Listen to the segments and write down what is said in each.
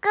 哥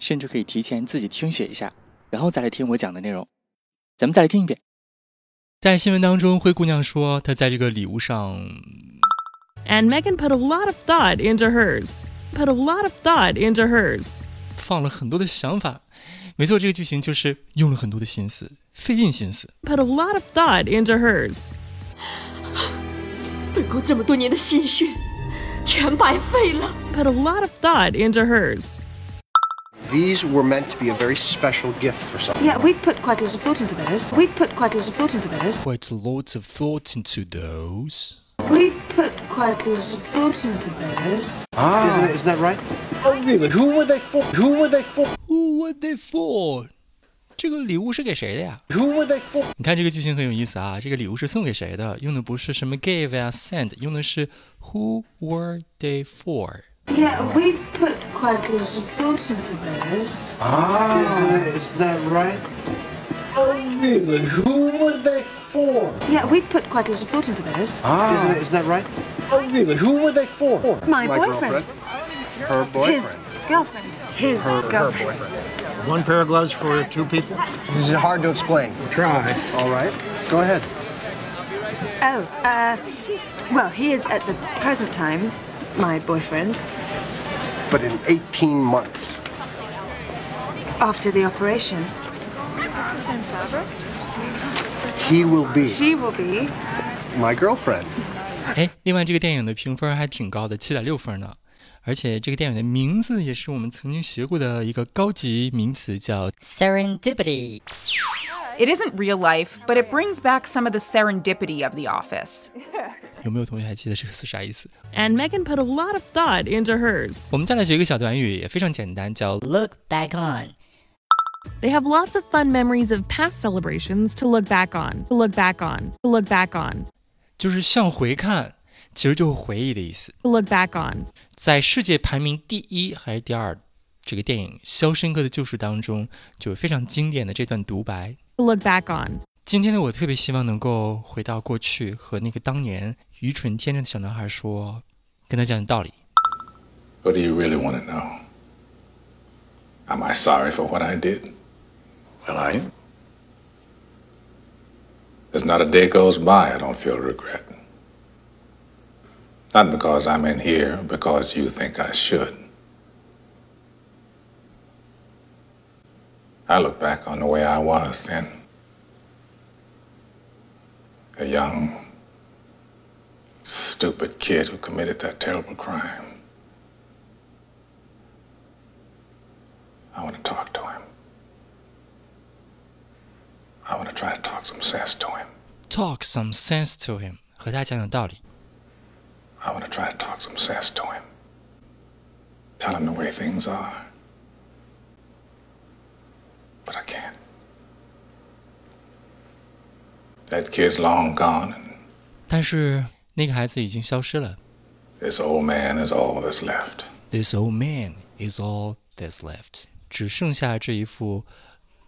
甚至可以提前自己听写一下，然后再来听我讲的内容。咱们再来听一遍。在新闻当中，灰姑娘说她在这个礼物上 And Megan put a lot of thought into hers. Put a lot of thought into hers. 放了很多的想法。没错，这个剧情就是用了很多的心思，费尽心思。 Put a lot of thought into hers. 对过这么多年的心血，全白费了。 Put a lot of thought into hers. These were meant to be a very special gift for someone. Yeah, we put quite a lot of thought into those. We put quite a lot of thought into those. Quite lots of thought into those. We put quite a lot of thought into those. Isn't, it, isn't that right? Oh, really? Who were they for? Who were they for? Who were they for？这个礼物是给谁的呀？ Who were they for? 你看这个剧情很有意思啊，这个礼物是送给谁的？用的不是什么 gave 啊 sent，用的是 who were they for？ Yeah, we put quite a lot of thought into those. Isn't, it, isn't that right? Ah. Oh, really? Who were they for? Yeah, we put quite a lot of thought into those. Isn't, it, isn't that right? Oh, really? Who were they for? My, My boyfriend, girlfriend. Her boyfriend. his girlfriend, his girlfriend. One pair of gloves for two people? This is hard to explain. Try. All right. Go ahead. Oh, uh, well, he is at the present time my boyfriend But in 18 months. after the operation. He will be She will be my girlfriend. 哎，另外这个电影的评分还挺高的，七点六分呢。而且这个电影的名字也是我们曾经学过的一个高级名词，叫 Serendipity. It isn't real life, but it brings back some of the serendipity of The Office. 有没有同学还记得这个词啥意思？ And Megan put a lot of thought into hers. 我们再来学一个小短语，也非常简单，叫 Look back on. They have lots of fun memories of past celebrations to look back on. To look back on. To look back on. 就是向回看，其实就是回忆的意思。 To look back on. 在世界排名第一还是第二这个电影《肖申克的救赎》当中，就有非常经典的这段独白。 To look back on. 今天的我特别希望能够回到过去，和那个当年愚蠢天真的小男孩说，跟他讲道理。 What do you really want to know? Am I sorry for what I did? Well, I am. There's not a day goes by I don't feel regret. Not because I'm in here, because you think I should. I look back on the way I was then. A young, stupid kid who committed that terrible crime. I want to talk to him. I want to try to talk some sense to him. Talk some sense to him，和他讲讲道理。 I want to try to talk some sense to him. Tell him the way things are. But I can't. That kid's long gone, and 但是那个孩子已经消失了。 this old man is all that's left. This old man is all that's left，只剩下这一副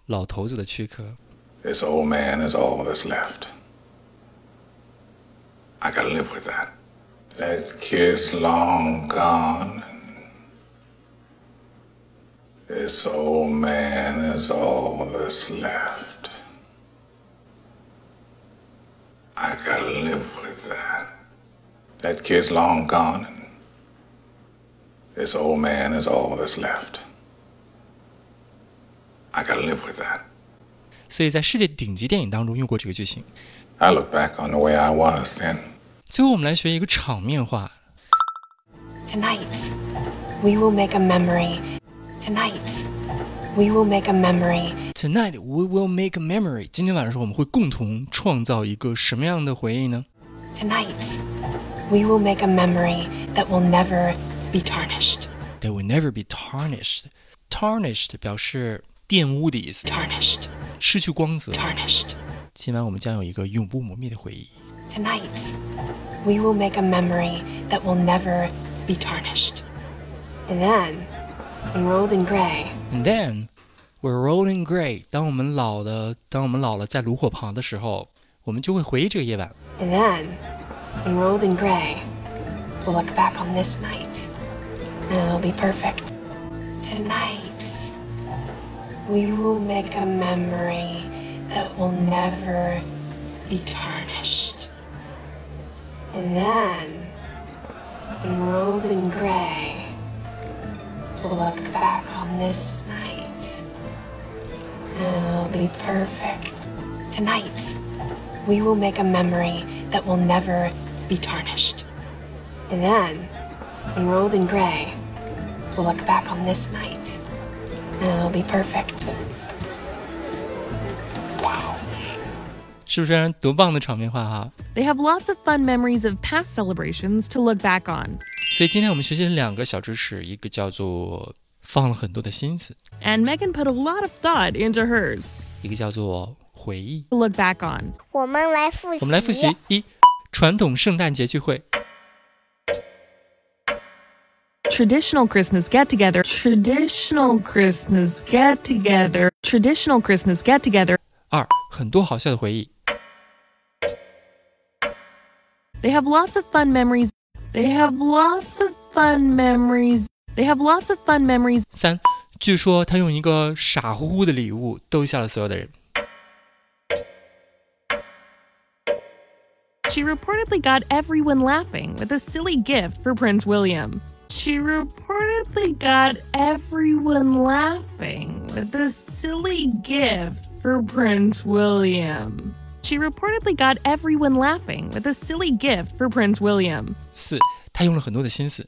老头子的躯壳。 This old man is all that's left. I gotta live with that. That kid's long gone. This old man is all that's left. I gotta live with that. That kid's long gone. This old man is all that's left. I gotta live with that. 所以在世界顶级电影当中用过这个句型。 I look back on the way I was then. 最后我们来学一个场面化， Tonight, we will make a memory. Tonight, we will make a memory. Tonight we will make a memory。今天晚上我们会共同创造一个什么样的回忆呢？ Tonight, we will make a memory that will never be tarnished. That will never be tarnished。Tarnished 表示玷污的意思，tarnished，失去光泽，tarnished。今晚我们将有一个永不磨灭的回忆。 Tonight, we will make a memory that will never be tarnished. And then, enrolled in gray, And then we're rolling gray。当我们老的，当我们老了，在炉火旁的时候，我们就会回忆这个夜晚。 and then, enrolled in gray, we'll look back on this night, and it'll be perfect. Tonight, we will make a memory that will never be tarnished. And then, enrolled in gray, we'll look back on this night, and it'll be perfect. Tonight, we will make a memory that will never be tarnished. And then, enrolled in gray, we'll look back on this night, and it'll be perfect. 是不是多棒的场面话哈、 They have lots of fun memories of past celebrations to look back on 所以今天我们学习了两个小知识，一个叫做放了很多的心思， and Megan put a lot of thought into hers 一个叫做回忆。 to look back on. 我们来复习。我们来复习：一、传统圣诞节聚会； Traditional Christmas get together. Traditional Christmas get together. Traditional Christmas get together. 二、很多好笑的回忆； They have lots of fun memories. They have lots of fun memories. They have lots of fun memories. 三、据说他用一个傻乎乎的礼物逗笑了所有的人； She reportedly got everyone laughing with a silly gift for Prince William. She reportedly got everyone laughing with a silly gift for Prince William. She reportedly got everyone laughing with a silly gift for Prince William. 四、他用了很多的心思；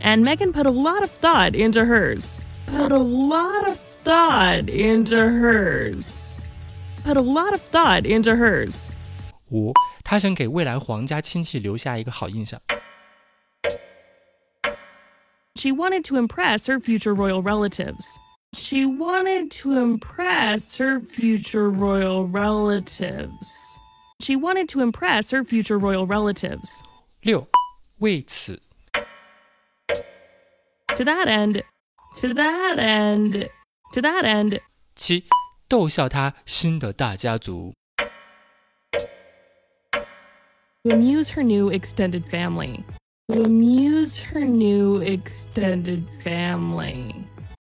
And Megan put a lot of thought into hers. Put a lot of thought into hers. Put a lot of thought into hers. 五、他想给未来皇家亲戚留下一个好印象； She wanted to impress her future royal relatives. She wanted to impress her future royal relatives. She wanted to impress her future royal relatives. 六、为此 To that end, to that end, to that end, 七逗笑他新的大家族； to amuse her new extended family. To amuse her new extended family.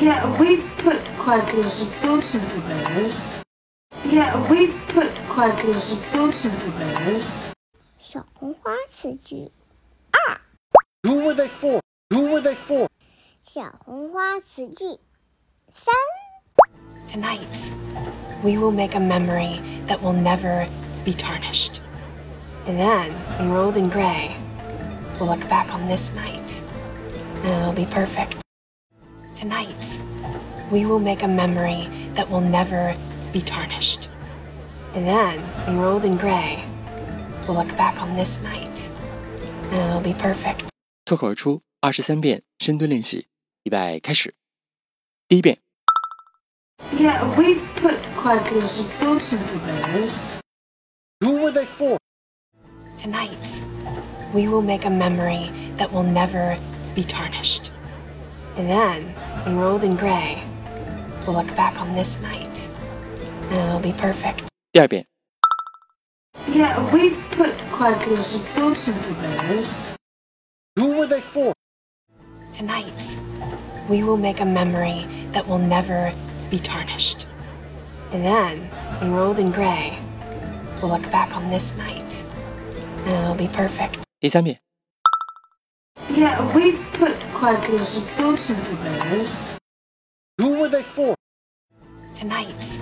Yeah, we put quite lots of thought into this. Yeah, we put quite lots of thought into this. 小红花词句， Who were they for? Who were they for? 小红花词句三， Tonight, we will make a memory that will never be tarnished. And then, enrolled in gray, we'll look back on this night, and it'll be perfect. Tonight, we will make a memory that will never be tarnished. And then, enrolled in gray, we'll look back on this night, and it'll be perfect. 脱口而出二十三遍深蹲练习，预备开始。第一遍， Yeah, we put quite lots of thought into this. Who were they for? Tonight, we will make a memory that will never be tarnished. And then, enrolled in gray, we'll look back on this night, and it'll be perfect. 第二遍， Yeah, we put quite lots of thought into this. Who were they for? Tonight, we will make a memory that will never be tarnished. And then, enrolled in gray, we'll look back on this night, and it'll be perfect. 第三遍， Yeah, we put quite lots of thought into this. are they for? Tonight,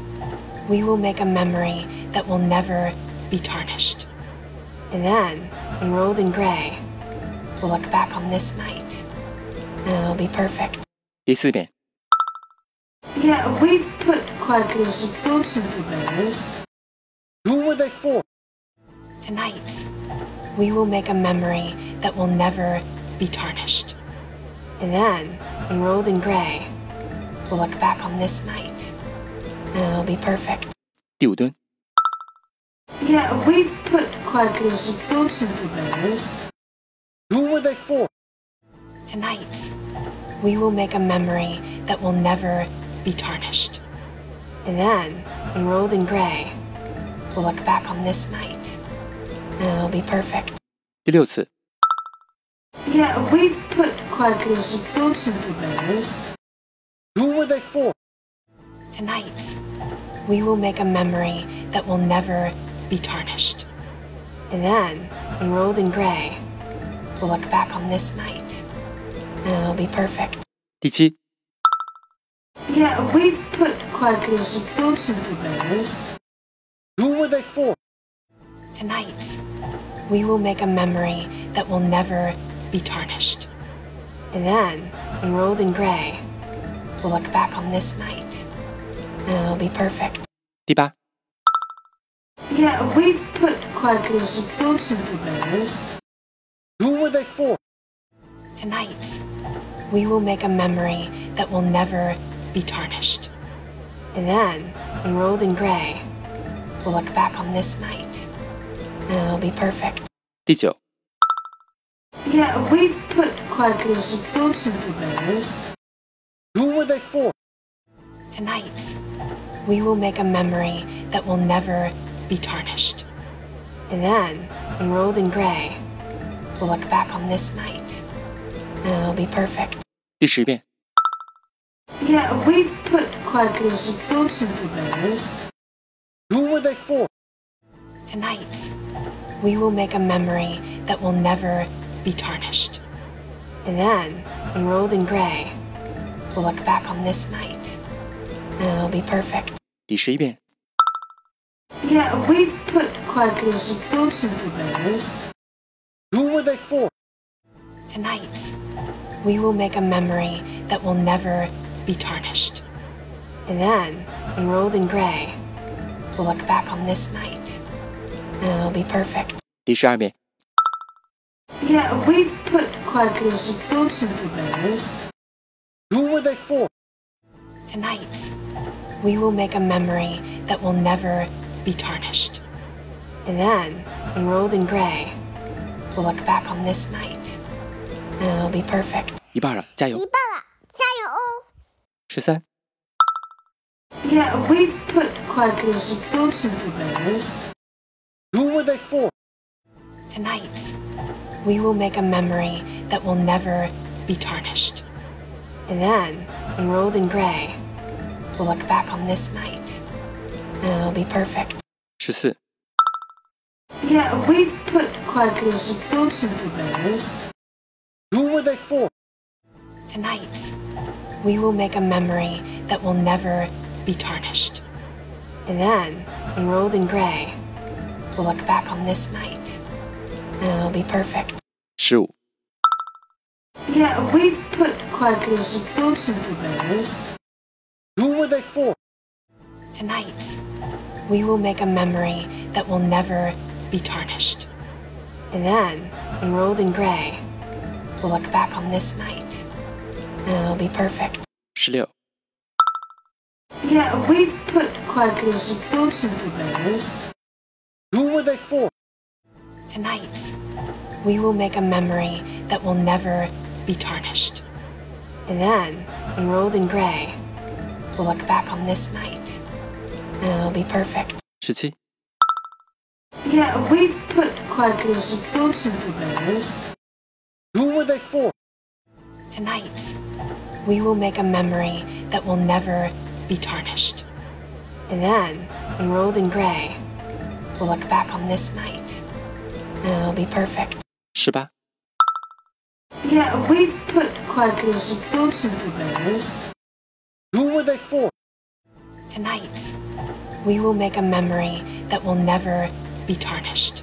we will make a memory that will never be tarnished. And then, when we're old and gray, we'll look back on this night, and it'll be perfect. 第四遍， Yeah, we put quite lots of thoughts into those. Who were they for? Tonight, we will make a memory that will never be tarnished. And then, when we're old and gray, we'll look back on this night, and it'll be perfect. 第五蹲， Yeah, we put quite lots of thoughts into those. Who were they for? Tonight, we will make a memory that will never be tarnished. And then, when we're old and gray, we'll look back on this night, and it'll be perfect. 第六次， Yeah, we put quite lots of thoughts into those. Who were they for? Tonight, we will make a memory that will never be tarnished. And then, when we're old and gray, we'll look back on this night, and it'll be perfect. 第七、 Yeah, we put quite lots of thoughts into those. Who were they for? Tonight, we will make a memory that will never be tarnished. And then, when we're old and gray, we'll look back on this night, and it'll be perfect. 第八、 Yeah, we put quite lots of thoughts into those. Who were they for? Tonight, we will make a memory that will never be tarnished. And then, when we're old and gray, we'll look back on this night, and it'll be perfect. 第九、 Yeah, we put quite lots of thoughts into those. Who were they for? Tonight, we will make a memory that will never be tarnished. And then, when we're old and gray, we'll look back on this night, and it'll be perfect. 第十遍， Yeah, we put quite lots of thoughts into those. Who were they for? Tonight, we will make a memory that will never be tarnished. And then, when we're old and gray, we'll look back on this night, and it'll be perfect. 第十一遍， Yeah, we put quite lots of thoughts into those. Who were they for? Tonight, we will make a memory that will never be tarnished. And then, when we're old and gray, we'll look back on this night, and it'll be perfect. 第十二遍， Yeah, we put quite lots of thoughts into those. Who were they for? Tonight, we will make a memory that will never be tarnished. And then, when we're old and gray, we'll look back on this night, and it'll be perfect. 一半了，加一油！半了，加油哦！十三、 Yeah, we put quite lots of thoughts into those. Who were they for? Tonight, we will make a memory that will never be tarnished. And then, when we're old and gray, we'll look back on this night, and it'll be perfect. 十四、 Yeah, we put quite lots of thoughts into those. Who were they for? Tonight, we will make a memory that will never be tarnished. And then, when we're old and gray, we'll look back on this night, and it'll be perfect. 十五、 Yeah, we put quite lots of thoughts into those. Who were they for? Tonight, we will make a memory that will never be tarnished. And then, when we're old and gray, we'll look back on this night, and it'll be perfect. 十六、 Yeah, we put quite lots of thoughts into those. Who were they for? Tonight, we will make a memory that will never be tarnished. And then, when we're old and gray, we'll look back on this night, and it'll be perfect. 十七、 Yeah, we put quite lots of thoughts into those. Who were they for? Tonight, we will make a memory that will never be tarnished. And then, when we're old and gray, we'll look back on this night, and it'll be perfect. 十八、 Yeah, we put quite lots of thoughts into those. Who were they they for? Tonight, we will make a memory that will never be tarnished.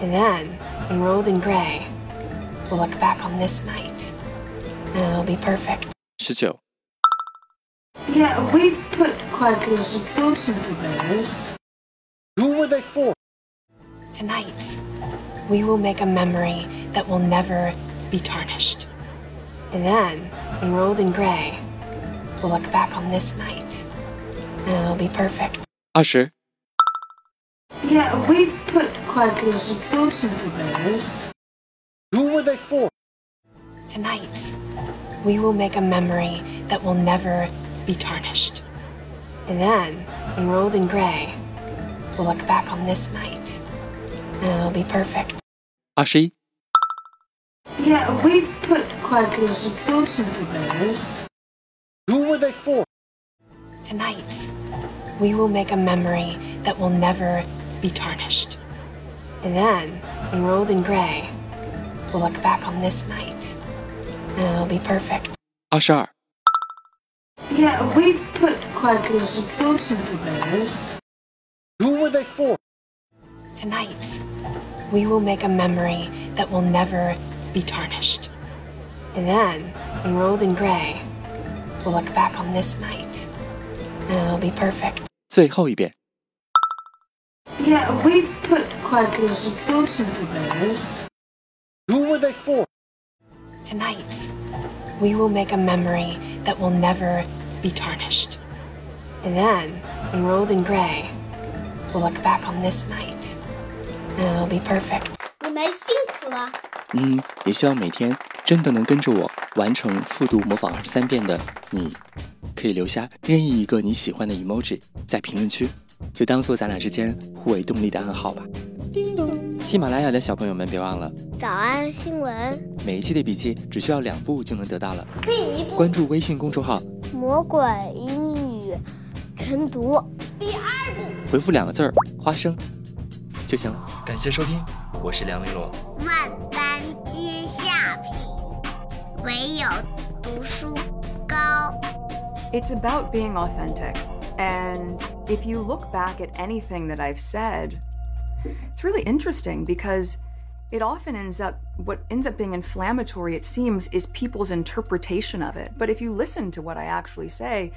And then, enrolled in gray, we'll look back on this night, and it'll be perfect. 19. Yeah, we put quite lots of thoughts into those. Who were they for? Tonight, we will make a memory that will never be tarnished. And then, enrolled in gray, we'll look back on this night, and it'll be perfect. 20. Yeah, we put quite lots of thoughts into those. Who were they for? Tonight, we will make a memory that will never be tarnished. And then, enrolled in gray, we'll look back on this night, and it'll be perfect. 21. Yeah, we put quite lots of thoughts into those. Who were they for? Tonight, we will make a memory that will never be tarnished. And then, enrolled in gray, we'll look back on this night, and it'll be perfect. 22. Yeah, we put quite lots of thoughts into those. Who were they for? Tonight, we will make a memory that will never be tarnished. And then, enrolled in gray, we'll look back on this night, and it'll be perfect. 最后一遍。 Yeah, we put quite lots of thoughts into those. Who were they for? Tonight, we will make a memory that will never be tarnished. And then, enrolled in gray, we'll look back on this night, and it'll be perfect. 你们辛苦了。嗯，也希望每天真的能跟着我完成复读模仿二十三遍的你，可以留下任意一个你喜欢的 emoji 在评论区，就当做咱俩之间互为动力的暗号吧。叮咚。喜马拉雅的小朋友们，别忘了早安新闻，每一期的笔记只需要两步就能得到了。第一步，关注微信公众号，魔鬼英语晨读；第二步，回复两个字儿“花生”就行了。感谢收听，我是梁丽罗。万般皆下品，唯有读书高。 It's about being authentic. And if you look back at anything that I've said, it's really interesting because it often ends up what ends up being inflammatory it seems is people's interpretation of it. But if you listen to what I actually say,